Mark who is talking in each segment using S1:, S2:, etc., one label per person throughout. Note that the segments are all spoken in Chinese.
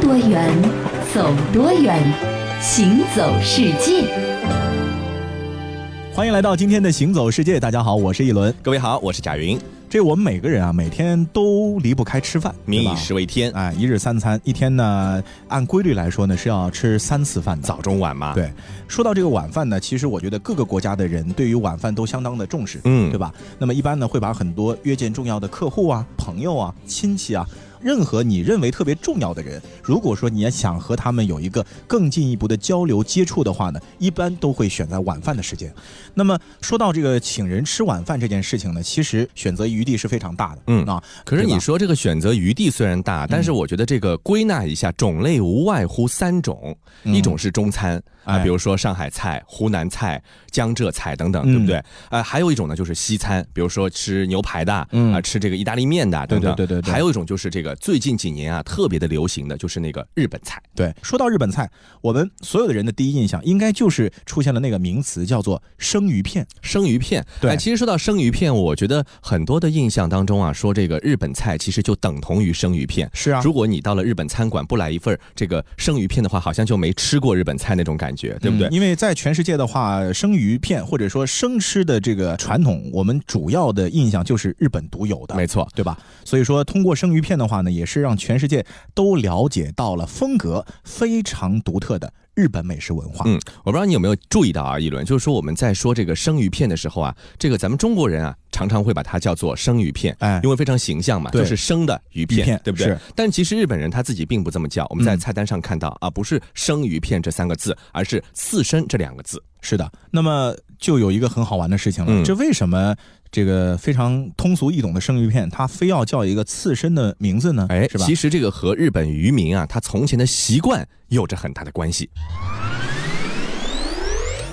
S1: 多远，走多远，行走世界。
S2: 欢迎来到今天的《行走世界》，大家好，我是一轮。
S3: 各位好，我是贾云，
S2: 这我们每个人啊，每天都离不开吃饭，
S3: 民
S2: 对
S3: 以
S2: 吧
S3: 食为天，
S2: 哎，一日三餐，一天呢，按规律来说呢是要吃三次饭的。
S3: 早中晚嘛。，
S2: 对，说到这个晚饭呢，其实我觉得各个国家的人对于晚饭都相当的重视，
S3: 嗯
S2: 对吧？那么一般呢，会把很多约见重要的客户啊、朋友啊、亲戚啊，任何你认为特别重要的人，如果说你也想和他们有一个更进一步的交流接触的话呢，一般都会选在晚饭的时间。那么说到这个请人吃晚饭这件事情呢，其实选择余地是非常大的，
S3: 嗯
S2: 啊，
S3: 可是
S2: 对吧
S3: 你说这个选择余地虽然大，但是我觉得这个归纳一下，种类无外乎三种，
S2: 嗯
S3: 一种是中餐啊，
S2: 哎
S3: 比如说上海菜、湖南菜、江浙菜等等，
S2: 嗯
S3: 对不对？呃，还有一种呢就是西餐，比如说吃牛排的，
S2: 嗯
S3: 啊，吃这个意大利面的，
S2: 对
S3: 等等。
S2: 对对对对
S3: 还有一种就是这个最近几年啊特别的流行的就是那个日本菜，
S2: 对，说到日本菜，我们所有的人的第一印象应该就是出现了那个名词叫做生鱼片。
S3: 生鱼片，
S2: 对
S3: 哎其实说到生鱼片，我觉得很多的印象当中啊，说这个日本菜其实就等同于生鱼片。
S2: 是啊
S3: 如果你到了日本餐馆不来一份儿这个生鱼片的话，好像就没吃过日本菜那种感觉，对不对？
S2: 嗯因为在全世界的话，生鱼片或者说生吃的这个传统，我们主要的印象就是日本独有的，
S3: 没错，
S2: 对吧？所以说，通过生鱼片的话呢，也是让全世界都了解到了风格非常独特的日本美食文化。
S3: 嗯，我不知道你有没有注意到啊，一轮，就是说我们在说这个生鱼片的时候啊，这个咱们中国人啊，常常会把它叫做生鱼片，
S2: 哎
S3: 因为非常形象嘛，
S2: 对
S3: 就是生的鱼
S2: 鱼片
S3: 对不对
S2: 是？
S3: 但其实日本人他自己并不这么叫，我们在
S2: 嗯
S3: 菜单上看到啊，不是生鱼片这三个字，而是刺身这两个字。
S2: 是的，那么就有一个很好玩的事情了，
S3: 嗯
S2: 这为什么这个非常通俗易懂的生鱼片，它非要叫一个刺身的名字呢？
S3: 哎，
S2: 是吧
S3: 其？实这个和日本渔民啊，他从前的习惯有着很大的关系。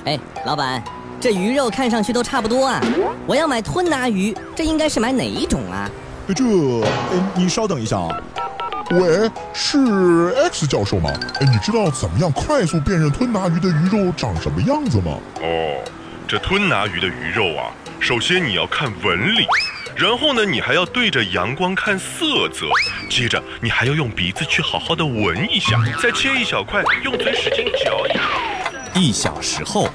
S4: 哎，老板，这鱼肉看上去都差不多啊，我要买吞拿鱼，这应该是买哪一种啊？
S2: 哎这，呃你稍等一下啊，
S5: 喂，是 X 教授吗？哎，你知道怎么样快速辨认吞拿鱼的鱼肉长什么样子吗？
S6: 哦，这吞拿鱼的鱼肉啊，首先你要看纹理，然后呢，你还要对着阳光看色泽，接着你还要用鼻子去好好的闻一下，再切一小块，用嘴使劲嚼一下。
S3: 一小时后，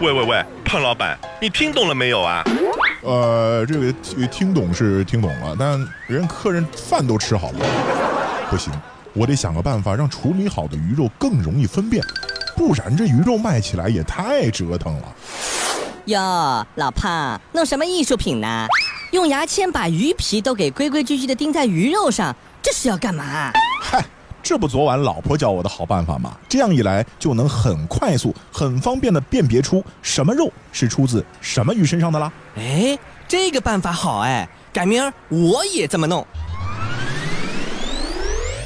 S6: 喂喂喂，胖老板，你听懂了没有啊？
S5: 呃，这个呃听懂是听懂了，但人客人饭都吃好了，不行，我得想个办法让处理好的鱼肉更容易分辨，不然这鱼肉卖起来也太折腾了。
S4: 哟，老胖，弄什么艺术品呢？用牙签把鱼皮都给规规矩矩的钉在鱼肉上，这是要干嘛？啊
S2: 嗨，这不昨晚老婆教我的好办法吗？这样一来就能很快速、很方便的辨别出什么肉是出自什么鱼身上的啦。
S7: 哎，这个办法好哎，改明儿我也这么弄。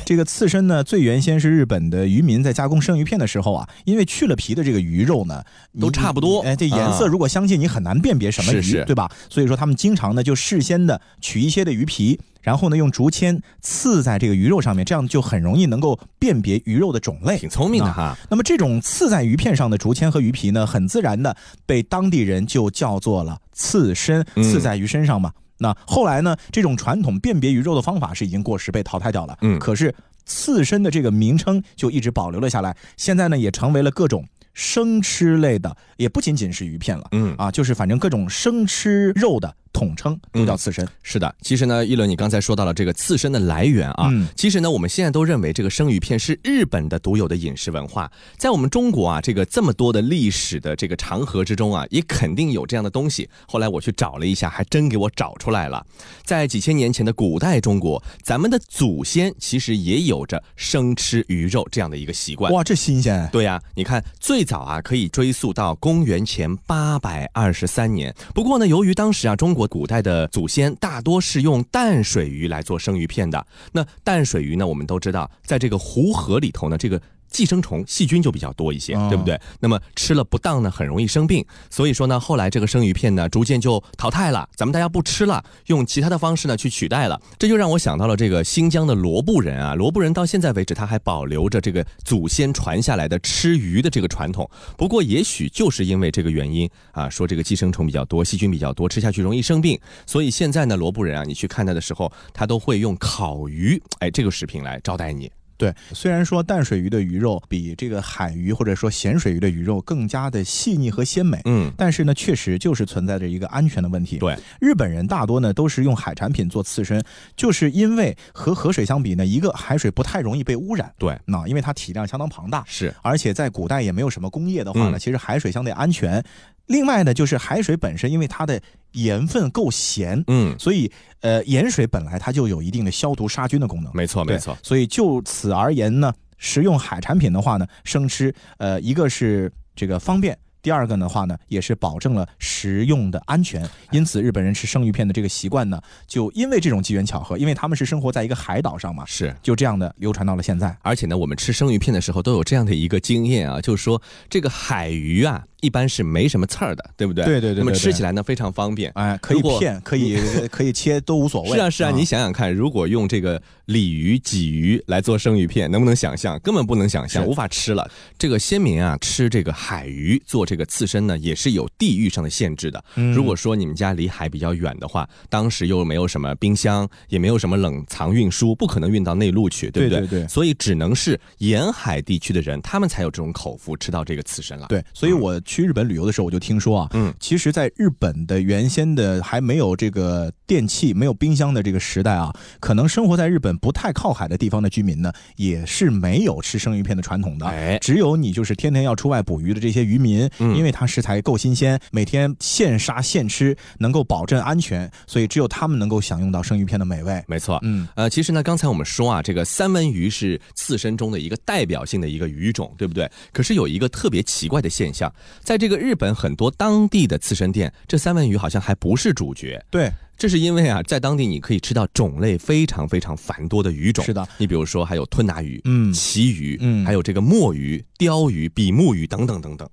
S2: 这个刺身呢，最原先是日本的渔民在加工生鱼片的时候啊，因为去了皮的这个鱼肉呢，你
S3: 都差不多
S2: 你哎，这颜色
S3: 啊
S2: 如果相近，你很难辨别什么鱼，
S3: 是是
S2: 对吧？所以说他们经常呢就事先的取一些的鱼皮，然后呢用竹签刺在这个鱼肉上面，这样就很容易能够辨别鱼肉的种类。啊
S3: 挺聪明的哈。
S2: 那么这种刺在鱼片上的竹签和鱼皮呢，很自然的被当地人就叫做了刺身，
S3: 嗯
S2: 刺在鱼身上嘛。那后来呢，这种传统辨别鱼肉的方法是已经过时被淘汰掉了。
S3: 嗯
S2: 可是刺身的这个名称就一直保留了下来，现在呢也成为了各种。生吃类的也不仅仅是鱼片了，
S3: 嗯
S2: 啊，就是反正各种生吃肉的统称都叫刺身。
S3: 嗯是的，其实呢，一轮你刚才说到了这个刺身的来源啊，
S2: 嗯
S3: 其实呢，我们现在都认为这个生鱼片是日本的独有的饮食文化，在我们中国啊，这个这么多的历史的这个长河之中啊，也肯定有这样的东西。后来我去找了一下，还真给我找出来了。在几千年前的古代中国，咱们的祖先其实也有着生吃鱼肉这样的一个习惯。
S2: 哇，这新鲜！啊
S3: 对呀、你看最早啊可以追溯到公元前八百二十三年。不过呢，由于当时啊中国古代的祖先大多是用淡水鱼来做生鱼片的，那淡水鱼呢，我们都知道，在这个湖河里头呢，这个。寄生虫、细菌就比较多一些，
S2: 哦
S3: 对不对？那么吃了不当呢，很容易生病。所以说呢，后来这个生鱼片呢，逐渐就淘汰了，咱们大家不吃了，用其他的方式呢去取代了。这就让我想到了这个新疆的罗布人啊，罗布人到现在为止，他还保留着这个祖先传下来的吃鱼的这个传统。不过，也许就是因为这个原因啊，说这个寄生虫比较多，细菌比较多，吃下去容易生病。所以现在呢，罗布人啊，你去看他的时候，他都会用烤鱼，哎，这个食品来招待你。
S2: 对，虽然说淡水鱼的鱼肉比这个海鱼或者说咸水鱼的鱼肉更加的细腻和鲜美，
S3: 嗯，
S2: 但是呢，确实就是存在着一个安全的问题。
S3: 对，
S2: 日本人大多呢都是用海产品做刺身，就是因为和河水相比呢，一个海水不太容易被污染，
S3: 对，
S2: 那因为它体量相当庞大，
S3: 是
S2: 而且在古代也没有什么工业的话呢，
S3: 嗯
S2: 其实海水相对安全。另外呢，就是海水本身因为它的盐分够咸，
S3: 嗯，
S2: 所以呃盐水本来它就有一定的消毒杀菌的功能。
S3: 没错，
S2: 对
S3: 没错，
S2: 所以就此而言呢，食用海产品的话呢，生吃，呃，一个是这个方便。第二个的话呢，也是保证了食用的安 全，因此日本人吃生鱼片的这个习惯呢，就因为这种机缘巧合，因为他们是生活在一个海岛上嘛，
S3: 是。
S2: 就这样的流传到了现在。
S3: 而且呢，我们吃生鱼片的时候都有这样的一个经验啊，就是说这个海鱼啊，一般是没什么刺儿的，对不对？
S2: 对对对对
S3: 那么吃
S2: 对
S3: 起来呢非常方便。
S2: 哎，可以
S3: 如果
S2: 片，可 以可以切，都无所谓。
S3: 是啊是啊，你想想看，如果用这个鲤鱼、鲫鱼来做生鱼片，能不能想象？根本不能想象，
S2: 是
S3: 无法吃了。这个先民啊，吃这个海鱼做这个刺身呢，也是有地域上的限制的。
S2: 嗯
S3: 如果说你们家离海比较远的话，当时又没有什么冰箱，也没有什么冷藏运输，不可能运到内陆去，不
S2: 对对对
S3: 所以只能是沿海地区的人，他们才有这种口福吃到这个刺身了。，
S2: 对，所以我去日本旅游的时候，我就听说啊，
S3: 嗯
S2: 其实，在日本的原先的还没有这个电器、没有冰箱的这个时代啊，可能生活在日本不太靠海的地方的居民呢，也是没有吃生鱼片的传统的。
S3: 哎
S2: 只有你就是天天要出外捕鱼的这些渔民，
S3: 嗯
S2: 因为它食材够新鲜，每天现杀现吃，能够保证安全，所以只有他们能够享用到生鱼片的美味。
S3: 没错。
S2: 嗯，
S3: 呃，其实呢，刚才我们说啊，这个三文鱼是刺身中的一个代表性的一个鱼种，对不对？可是有一个特别奇怪的现象，在这个日本很多当地的刺身店，这三文鱼好像还不是主角。
S2: 对，
S3: 这是因为啊，在当地你可以吃到种类非常非常繁多的鱼种。
S2: 是的，
S3: 你比如说还有吞拿鱼、
S2: 嗯
S3: 旗鱼，
S2: 嗯
S3: 还有这个墨鱼、鲷鱼、比目鱼等等等等。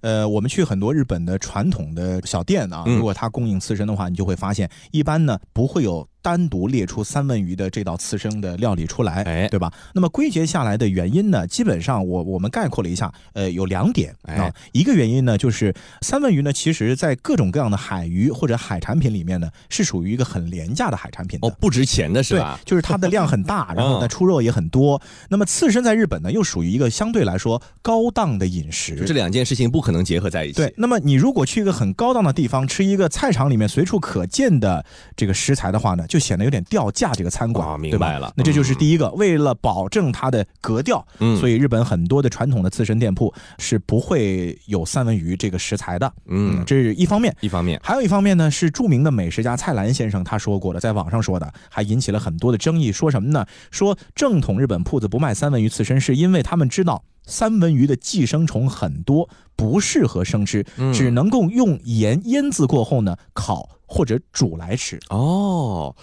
S2: 呃，我们去很多日本的传统的小店啊，
S3: 嗯
S2: 如果它供应刺身的话，你就会发现，一般呢不会有单独列出三文鱼的这道刺身的料理出来，
S3: 哎
S2: 对吧？那么归结下来的原因呢，基本上我我们概括了一下，呃，有两点啊、
S3: 哎
S2: 一个原因呢，就是三文鱼呢，其实在各种各样的海鱼或者海产品里面呢，是属于一个很廉价的海产品的
S3: 哦，不值钱的是
S2: 对
S3: 吧，？
S2: 就是它的量很 大，然后呢
S3: 嗯
S2: 出肉也很多。那么刺身在日本呢，又属于一个相对来说高档的饮食，
S3: 就这两件事情不可能结合在一起。
S2: 对，那么你如果去一个很高档的地方吃一个菜场里面随处可见的这个食材的话呢，就显得有点掉价。这个餐馆，
S3: 哦明
S2: 对吧
S3: 白了
S2: 那这就是
S3: 嗯
S2: 第一个，为了保证它的格调，
S3: 嗯
S2: 所以日本很多的传统的刺身店铺是不会有三文鱼这个食材的。
S3: 嗯
S2: 这是一方面。
S3: 一方面，
S2: 还有一方面呢，是著名的美食家蔡澜先生他说过的，在网上说的，还引起了很多的争议。说什么呢？说正统日本铺子不卖三文鱼刺身，是因为他们知道三文鱼的寄生虫很多，不适合生吃，
S3: 嗯
S2: 只能够用盐腌制过后呢烤或者煮来吃。
S3: 哦，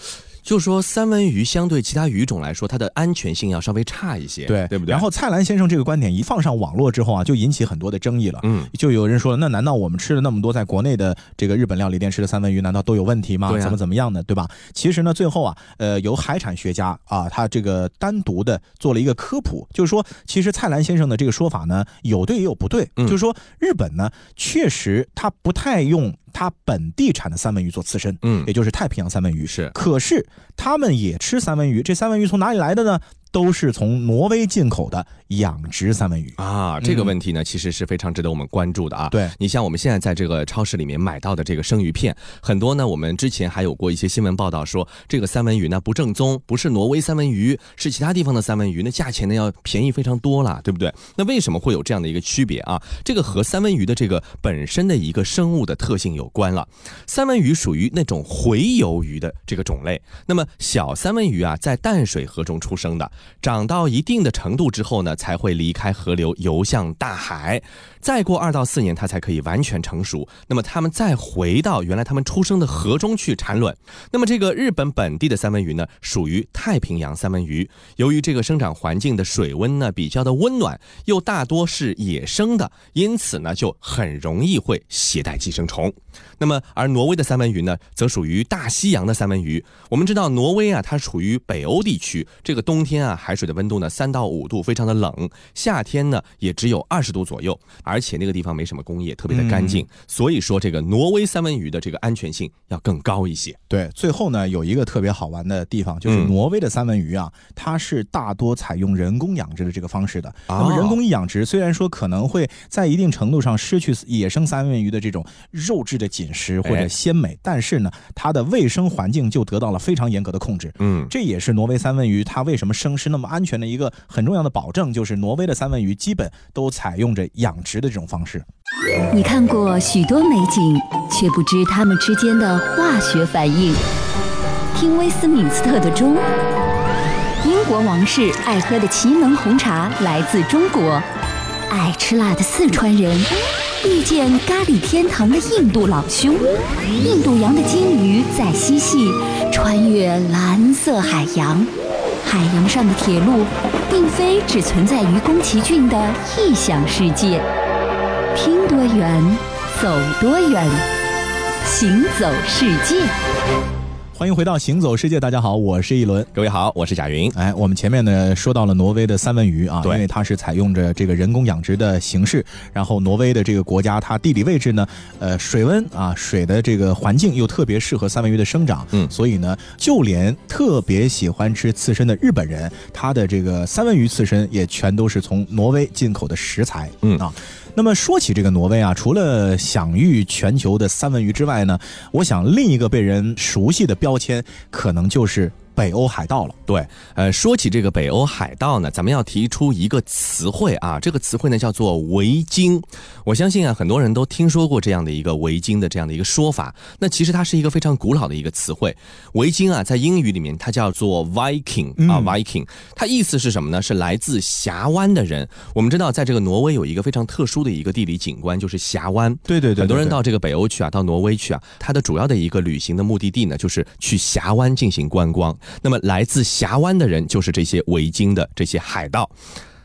S3: 就说三文鱼相对其他鱼种来说，它的安全性要稍微差一些，对不对？
S2: 然后蔡澜先生这个观点一放上网络之后啊，就引起很多的争议了。
S3: 嗯，
S2: 就有人说了，那难道我们吃了那么多在国内的这个日本料理店吃的三文鱼，难道都有问题吗？
S3: 对啊
S2: 怎么怎么样呢？对吧？其实呢，最后啊，呃，有海产学家啊，他这个单独的做了一个科普，就是说，其实蔡澜先生的这个说法呢，有对也有不对，
S3: 嗯
S2: 就是说，日本呢，确实它不太用它本地产的三文鱼做刺身，
S3: 嗯
S2: 也就是太平洋三文鱼
S3: 是
S2: 可是他们也吃三文鱼，这三文鱼从哪里来的呢？都是从挪威进口的养殖三文鱼。
S3: 啊，这个问题呢，其实是非常值得我们关注的啊。
S2: 对
S3: 你像我们现在在这个超市里面买到的这个生鱼片，很多呢，我们之前还有过一些新闻报道说，这个三文鱼呢不正宗，不是挪威三文鱼，是其他地方的三文鱼，那价钱呢要便宜非常多了，对不对？那为什么会有这样的一个区别啊？这个和三文鱼的这个本身的一个生物的特性有关了。三文鱼属于那种洄游鱼的这个种类，那么小三文鱼啊，在淡水河中出生的，长到一定的程度之后呢，才会离开河流游向大海。再过二到四年，它才可以完全成熟。那么它们再回到原来它们出生的河中去产卵。那么这个日本本地的三文鱼呢，属于太平洋三文鱼。由于这个生长环境的水温呢比较的温暖，又大多是野生的，因此呢就很容易会携带寄生虫。那么而挪威的三文鱼呢，则属于大西洋的三文鱼。我们知道挪威啊，它处于北欧地区，这个冬天啊，海水的温度呢三到五度，非常的冷；夏天呢也只有二十度左右，而且那个地方没什么工业，特别的干净，所以说这个挪威三文鱼的这个安全性要更高一些。
S2: 对，最后呢有一个特别好玩的地方，就是
S3: 嗯
S2: 挪威的三文鱼啊，它是大多采用人工养殖的这个方式的。那么
S3: 哦
S2: 人工养殖虽然说可能会在一定程度上失去野生三文鱼的这种肉质的紧实或者
S3: 哎
S2: 鲜美，但是呢，它的卫生环境就得到了非常严格的控制。
S3: 嗯，
S2: 这也是挪威三文鱼它为什么生吃那么安全的一个很重要的保证，就是挪威的三文鱼基本都采用着养殖的这种方式。
S1: 你看过许多美景，却不知它们之间的化学反应。听威斯敏斯特的钟，英国王室爱喝的奇能红茶来自中国，爱吃辣的四川人遇见咖喱天堂的印度老兄，印度洋的鲸鱼在嬉戏，穿越蓝色海洋。海洋上的铁路，并非只存在于宫崎骏的异想世界。听多远，走多远，行走世界。
S2: 欢迎回到《行走世界》，大家好，我是一轮。
S3: 各位好，我是贾云。
S2: 哎，我们前面呢说到了挪威的三文鱼啊，因
S3: 对
S2: 为它是采用着这个人工养殖的形式，然后挪威的这个国家，它地理位置呢，呃，水温啊，水的这个环境又特别适合三文鱼的生长，
S3: 嗯
S2: 所以呢，就连特别喜欢吃刺身的日本人，他的这个三文鱼刺身也全都是从挪威进口的食材，
S3: 嗯
S2: 啊。那么说起这个挪威啊，除了享誉全球的三文鱼之外呢，我想另一个被人熟悉的标签，可能就是北欧海盗了。
S3: 对，呃，说起这个北欧海盗呢，咱们要提出一个词汇啊，这个词汇呢叫做维京。我相信啊，很多人都听说过这样的一个维京的这样的一个说法。那其实它是一个非常古老的一个词汇，维京啊，在英语里面它叫做 Viking 啊、
S2: 嗯
S3: Viking，它意思是什么呢？是来自峡湾的人。我们知道，在这个挪威有一个非常特殊的一个地理景观，就是峡湾。
S2: 对对对对
S3: 很多人
S2: 对
S3: 到这个北欧去啊，到挪威去啊，它的主要的一个旅行的目的地呢，就是去峡湾进行观光。那么来自峡湾的人，就是这些维京的这些海盗。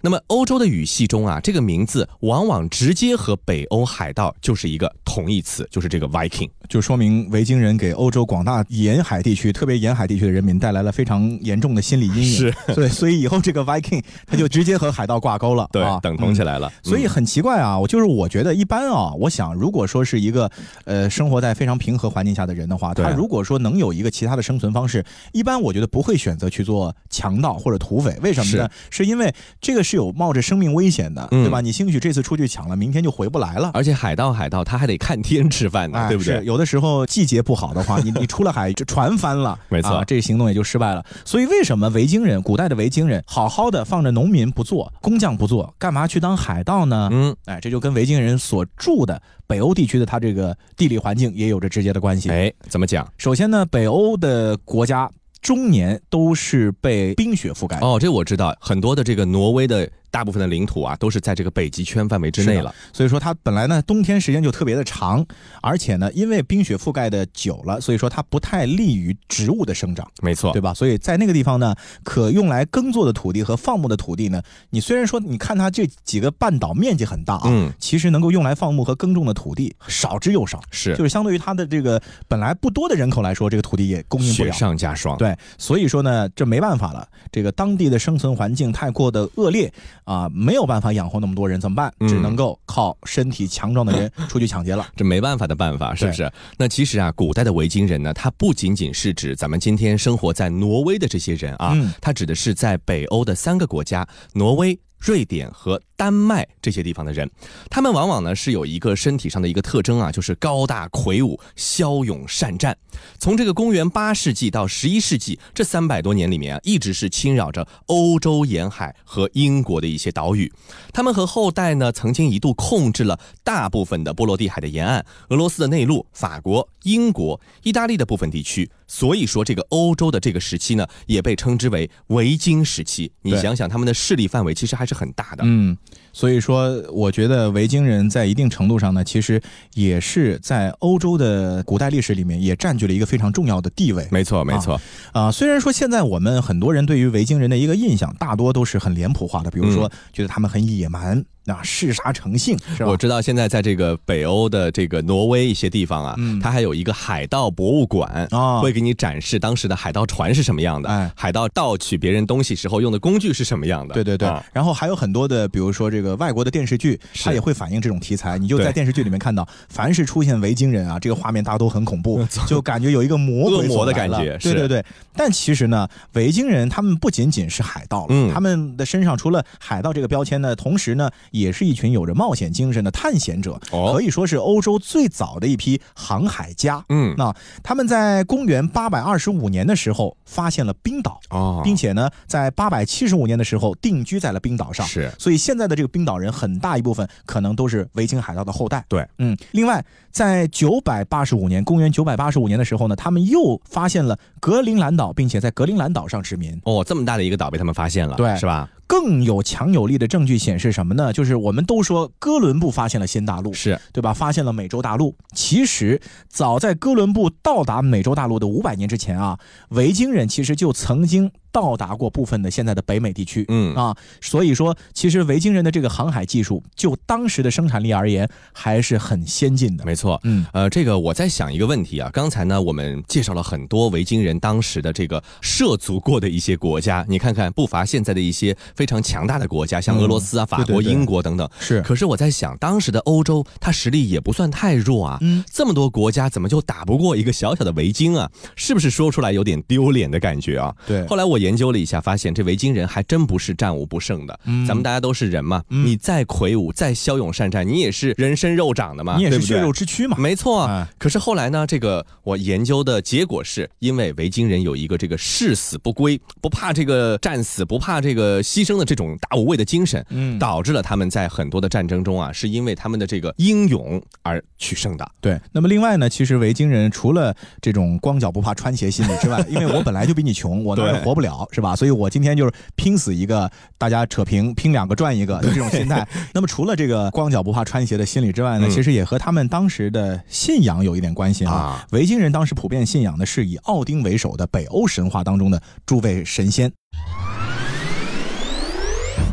S3: 那么欧洲的语系中啊，这个名字往往直接和北欧海盗就是一个同义词，就是这个 Viking。
S2: 就说明维京人给欧洲广大沿海地区，特别沿海地区的人民带来了非常严重的心理阴影。
S3: 是，
S2: 对，所以以后这个 Viking 他就直接和海盗挂钩了，
S3: 对，
S2: 啊、
S3: 等同起
S2: 来。
S3: 来了。
S2: 所以
S3: 嗯
S2: 很奇怪啊，我就是我觉得一般啊，我想如果说是一个呃生活在非常平和环境下的人的话，
S3: 对
S2: 他如果说能有一个其他的生存方式，一般我觉得不会选择去做强盗或者土匪，为什么呢？是因为这个是有冒着生命危险的，
S3: 嗯
S2: 对吧？你兴许这次出去抢了，明天就回不来了。
S3: 而且海盗海盗他还得看天吃饭呢，
S2: 哎，
S3: 对不
S2: 是
S3: 对？
S2: 有的时候季节不好的话，你你出了海，这船翻了，
S3: 没错
S2: 啊，这行动也就失败了。所以为什么维京人，古代的维京人，好好的放着农民不做，工匠不做，干嘛去当海盗呢？
S3: 嗯，
S2: 哎，这就跟维京人所住的北欧地区的它这个地理环境也有着直接的关系。
S3: 哎，怎么讲？
S2: 首先呢，北欧的国家终年都是被冰雪覆盖的
S3: 哦，这我知道，很多的这个挪威的大部分的领土啊，都是在这个北极圈范围之内了。
S2: 所以说它本来呢冬天时间就特别的长，而且呢因为冰雪覆盖的久了，所以说它不太利于植物的生长。
S3: 没错
S2: 对，吧？所以在那个地方呢，可用来耕作的土地和放牧的土地呢，你虽然说你看它这几个半岛面积很大啊，
S3: 嗯
S2: 其实能够用来放牧和耕种的土地少之又少，
S3: 是
S2: 就是相对于它的这个本来不多的人口来说，这个土地也供应不
S3: 雪
S2: 了。
S3: 上加霜。
S2: 对，所以说呢，这没办法了。这个当地的生存环境太过的恶劣啊、没有办法养活那么多人，怎么办？
S3: 嗯
S2: 只能够靠身体强壮的人出去抢劫了。
S3: 这没办法的办法，是不是？那其实啊，古代的维京人呢，他不仅仅是指咱们今天生活在挪威的这些人啊，
S2: 嗯
S3: 他指的是在北欧的三个国家——挪威、瑞典和丹麦这些地方的人，他们往往呢是有一个身体上的一个特征啊，就是高大魁梧、骁勇善战。从这个公元八世纪到十一世纪这三百多年里面啊，一直是侵扰着欧洲沿海和英国的一些岛屿。他们和后代呢，曾经一度控制了大部分的波罗的海的沿岸、俄罗斯的内陆、法国、英国、意大利的部分地区。所以说，这个欧洲的这个时期呢，也被称之为维京时期。你
S2: 对
S3: 想想，他们的势力范围其实还是很大的。
S2: 嗯，所以说，我觉得维京人在一定程度上呢，其实也是在欧洲的古代历史里面也占据了一个非常重要的地位。
S3: 没错，没错。
S2: 啊、虽然说现在我们很多人对于维京人的一个印象，大多都是很脸谱化的，比如说啊觉得他们很野蛮啊，嗜杀成性，是吧？
S3: 我知道现在在这个北欧的这个挪威一些地方啊，
S2: 嗯
S3: 它还有一个海盗博物馆，
S2: 啊
S3: 会给你展示当时的海盗船是什么样的，
S2: 哎
S3: 海盗盗取别人东西时候用的工具是什么样的。
S2: 对对对，
S3: 啊
S2: 然后还有很多的，比如说这个外国的电视剧，
S3: 是
S2: 它也会反映这种题材。你就
S3: 对
S2: 在电视剧里面看到，凡是出现维京人啊，这个画面大都很恐 怖，就感觉有一个魔鬼
S3: 恶魔
S2: 所
S3: 的
S2: 来
S3: 感
S2: 了
S3: 觉
S2: 对
S3: 是
S2: 对对，但其实呢，维京人他们不仅仅是海盗了，
S3: 嗯
S2: 他们的身上除了海盗这个标签呢，同时呢，也是一群有着冒险精神的探险者，
S3: 哦
S2: 可以说是欧洲最早的一批航海家。
S3: 嗯，
S2: 那他们在公元八百二十五年的时候发现了冰岛。
S3: 哦，
S2: 并且呢，在八百七十五年的时候定居在了冰岛上，
S3: 是
S2: 所以现在的这个冰岛人很大一部分可能都是维京海盗的后代。
S3: 对，
S2: 嗯，另外，在九百八十五年，公元九百八十五年的时候呢，他们又发现了格陵兰岛，并且在格陵兰岛上殖民。
S3: 哦，这么大的一个岛被他们发现了，
S2: 对
S3: 是吧？
S2: 更有强有力的证据显示什么呢？就是我们都说哥伦布发现了新大陆，
S3: 是
S2: 对吧？发现了美洲大陆。其实早在哥伦布到达美洲大陆的五百年之前啊，维京人其实就曾经到达过部分的现在的北美地区。
S3: 嗯
S2: 啊，所以说其实维京人的这个航海技术，就当时的生产力而言，还是很先进的。
S3: 没错，
S2: 嗯
S3: 呃，这个我在想一个问题啊。刚才呢，我们介绍了很多维京人当时的这个涉足过的一些国家，你看看不乏现在的一些非常强大的国家，像俄罗斯啊、法
S2: 嗯对
S3: 国、
S2: 对
S3: 英国等等。
S2: 是
S3: 可是我在想，当时的欧洲，它实力也不算太弱啊。
S2: 嗯
S3: 这么多国家，怎么就打不过一个小小的维京啊？是不是说出来有点丢脸的感觉啊？
S2: 对
S3: 后来我研究了一下，发现这维京人还真不是战无不胜的。
S2: 嗯
S3: 咱们大家都是人嘛，你再魁梧、再骁勇善战，你也是人参肉长的嘛，
S2: 你也
S3: 对
S2: 是
S3: 不对
S2: 血肉之躯嘛。
S3: 没错，啊
S2: 哎
S3: 可是后来呢，这个我研究的结果是，因为维京人有一个这个誓死不归、不怕这个战死、不怕这个牺牲的这种大无畏的精神，
S2: 嗯
S3: 导致了他们在很多的战争中啊，是因为他们的这个英勇而取胜的。
S2: 对，那么另外呢，其实维京人除了这种光脚不怕穿鞋心理之 外，因为我本来就比你穷，我哪儿也
S3: 对
S2: 活不了，是吧？所以我今天就是拼死一个，大家扯平，拼两个赚一个就这种心 态。那么除了这个光脚不怕穿鞋的心理之外呢，
S3: 嗯
S2: 其实也和他们当时的信仰有一点关系啊
S3: 啊。
S2: 维京人当时普遍信仰的是以奥丁为首的北欧神话当中的诸位神仙。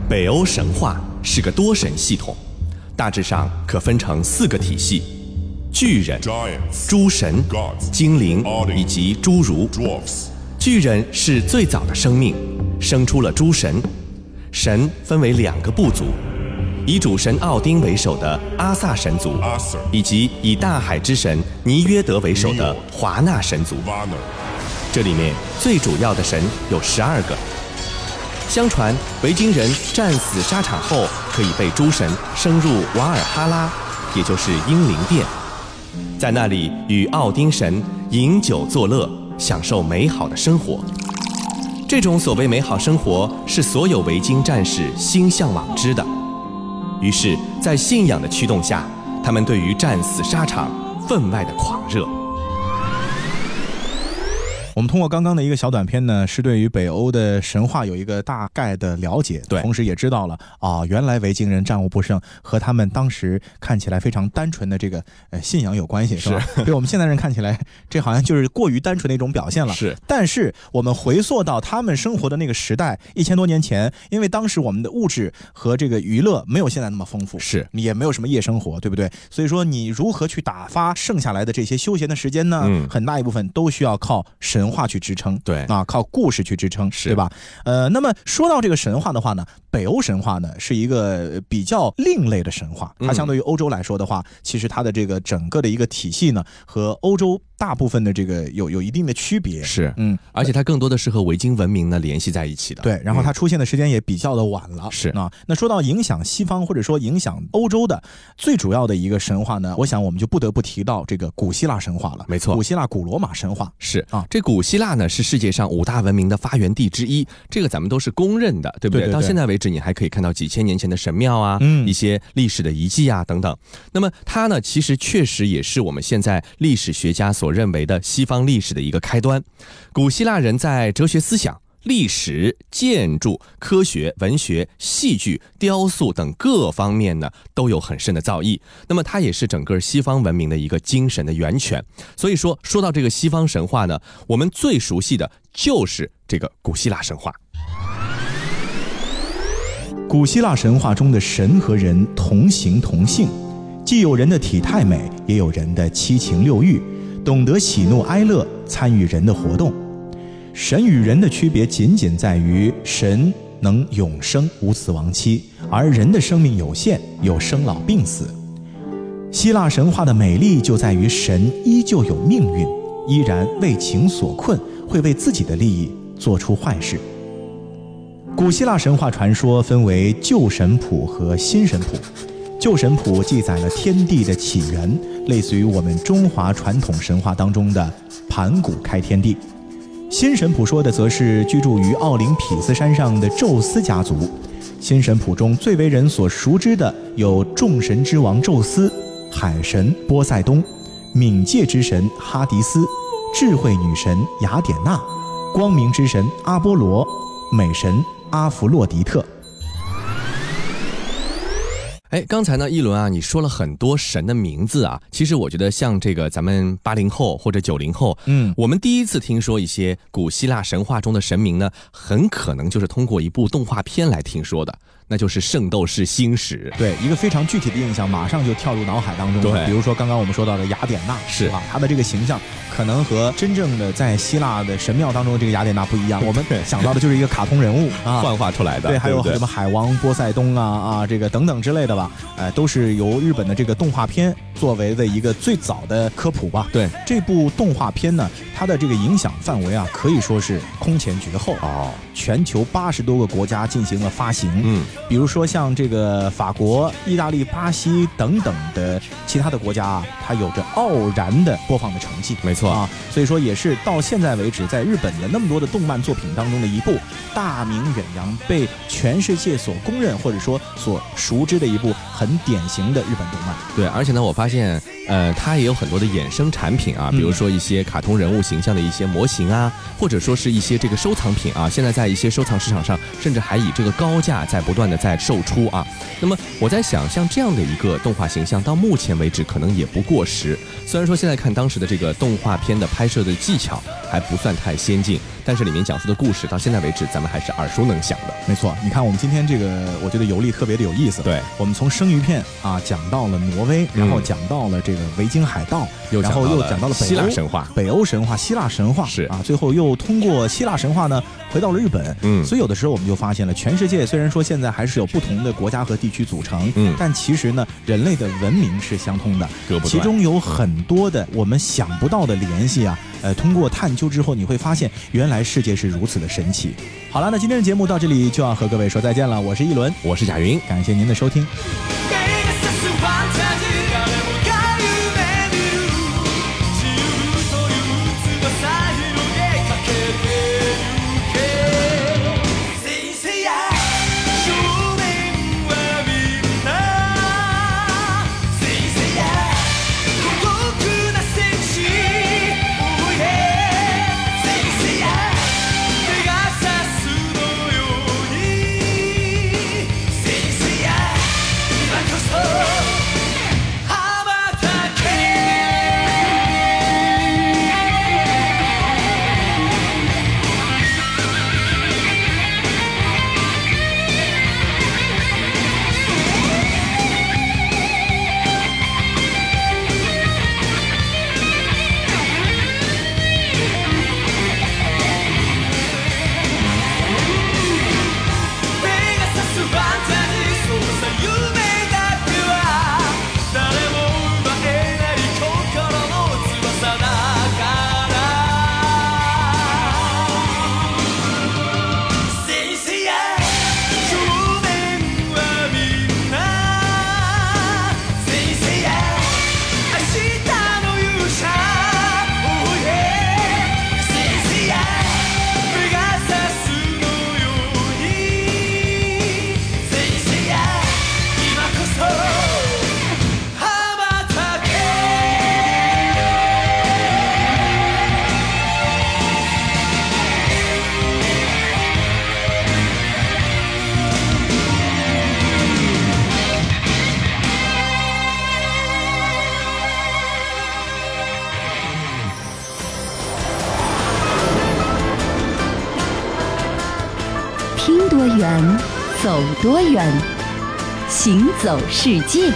S3: 北欧神话是个多神系统，大致上可分成四个体系：巨人、
S5: Giants,
S3: 诸神、
S5: gods,
S3: 精灵
S5: Odin
S3: 以及侏儒。
S5: dwarfs,
S3: 巨人是最早的生命，生出了诸神。神分为两个部族，以主神奥丁为首的阿萨神族
S5: Arthur，
S3: 以及以大海之神尼约德为首的华纳神族。
S5: Vanner,
S3: 这里面最主要的神有十二个。相传维京人战死沙场后，可以被诸神升入瓦尔哈拉，也就是英灵殿，在那里与奥丁神饮酒作乐，享受美好的生活。这种所谓美好生活，是所有维京战士心向往之的。于是，在信仰的驱动下，他们对于战死沙场分外的狂热。
S2: 我们通过刚刚的一个小短片呢，是对于北欧的神话有一个大概的了解，
S3: 对
S2: 同时也知道了啊、原来维京人战无不胜和他们当时看起来非常单纯的这个呃信仰有关系，是吧？对我们现代人看起来，这好像就是过于单纯的一种表现了。
S3: 是，
S2: 但是我们回溯到他们生活的那个时代，一千多年前，因为当时我们的物质和这个娱乐没有现在那么丰富，
S3: 是
S2: 你也没有什么夜生活，对不对？所以说，你如何去打发剩下来的这些休闲的时间呢？
S3: 嗯
S2: 很大一部分都需要靠神话去支撑，
S3: 对
S2: 啊，靠故事去支撑，
S3: 是
S2: 对吧？呃，那么说到这个神话的话呢，北欧神话呢是一个呃比较另类的神话，它
S3: 嗯
S2: 相对于欧洲来说的话，其实它的这个整个的一个体系呢和欧洲。大部分的这个有有一定的区别。
S3: 是，
S2: 嗯，
S3: 而且它更多的是和维京文明呢联系在一起的。
S2: 对，然后它出现的时间也比较的晚了。
S3: 嗯是
S2: 啊，那说到影响西方或者说影响欧洲的最主要的一个神话呢，我想我们就不得不提到这个古希腊神话了。
S3: 没错
S2: 古希腊、古罗马神话。
S3: 是
S2: 啊
S3: 这古希腊呢是世界上五大文明的发源地之一，这个咱们都是公认的，对不对？
S2: 对对对
S3: 到现在为止，你还可以看到几千年前的神庙啊，
S2: 嗯
S3: 一些历史的遗迹啊等等。那么它呢，其实确实也是我们现在历史学家所认为的西方历史的一个开端。古希腊人在哲学思想。历史、建筑、科学、文学、戏剧、雕塑等各方面呢，都有很深的造诣。那么，它也是整个西方文明的一个精神的源泉。所以说，说到这个西方神话呢，我们最熟悉的就是这个古希腊神话。
S2: 古希腊神话中的神和人同形同性，既有人的体态美，也有人的七情六欲，懂得喜怒哀乐，参与人的活动。神与人的区别仅仅在于神能永生无死亡期，而人的生命有限，有生老病死。希腊神话的美丽就在于神依旧有命运，依然为情所困，会为自己的利益做出坏事。古希腊神话传说分为旧神谱和新神谱。旧神谱记载了天地的起源，类似于我们中华传统神话当中的盘古开天地。新神谱说的则是居住于奥林匹斯山上的宙斯家族。新神谱中最为人所熟知的有众神之王宙斯、海神波塞冬、冥界之神哈迪斯、智慧女神雅典娜、光明之神阿波罗、美神阿芙洛狄特。
S3: 哎，刚才呢，一轮啊，你说了很多神的名字啊。其实我觉得，像这个咱们八零后或者九零后，
S2: 嗯
S3: 我们第一次听说一些古希腊神话中的神明呢，很可能就是通过一部动画片来听说的，那就是《圣斗士星矢》。
S2: 对，一个非常具体的印象马上就跳入脑海当中了。
S3: 对
S2: 比如说刚刚我们说到的雅典娜，
S3: 是
S2: 啊，她的这个形象可能和真正的在希腊的神庙当中的这个雅典娜不一样，我们想到的就是一个卡通人物啊，
S3: 幻化出来的，
S2: 对，还有
S3: 不对
S2: 什么海王波塞冬啊啊，这个等等之类的吧，呃，都是由日本的这个动画片作为的一个最早的科普吧。
S3: 对
S2: 这部动画片呢，它的这个影响范围啊，可以说是空前绝后哦，全球八十多个国家进行了发行，
S3: 嗯，
S2: 比如说像这个法国、意大利、巴西等等的其他的国家啊，它有着傲然的播放的成绩。
S3: 没错
S2: 啊，所以说也是到现在为止，在日本的那么多的动漫作品当中的一部大名远扬，被全世界所公认或者说所熟知的一部很典型的日本动漫。
S3: 对，而且呢，我发现，呃，它也有很多的衍生产品啊，比如说一些卡通人物形象的一些模型啊，或者说是一些这个收藏品啊，现在在一些收藏市场上，甚至还以这个高价在不断的在售出啊。那么我在想，像这样的一个动画形象，到目前为止可能也不过时。虽然说现在看当时的这个动画片的拍摄的技巧还不算太先进，但是里面讲述的故事到现在为止，咱们还是耳熟能详的。
S2: 没错，你看我们今天这个，我觉得游历特别的有意思。
S3: 对，
S2: 我们从生鱼片啊讲到了挪威，然后讲到了这个维京海盗，
S3: 又
S2: 然后
S3: 讲到
S2: 又
S3: 了
S2: 讲到了北
S3: 希腊
S2: 欧
S3: 神话
S2: 北欧神话、希腊神话
S3: 是
S2: 啊，最后又通过希腊神话呢回到了日本。
S3: 嗯
S2: 所以有的时候我们就发现了，全世界虽然说现在还是有不同的国家和地区组成，
S3: 嗯
S2: 但其实呢，人类的文明是相通的，
S3: 割不断
S2: 其中有很多的我们想不到的联系啊。呃，通过探究之后，你会发现原来世界是如此的神奇。好了，那今天的节目到这里就要和各位说再见了。我是一轮，
S3: 我是贾云。
S2: 感谢您的收听。
S8: 「今こそ
S1: 多远，走多远，行走世界。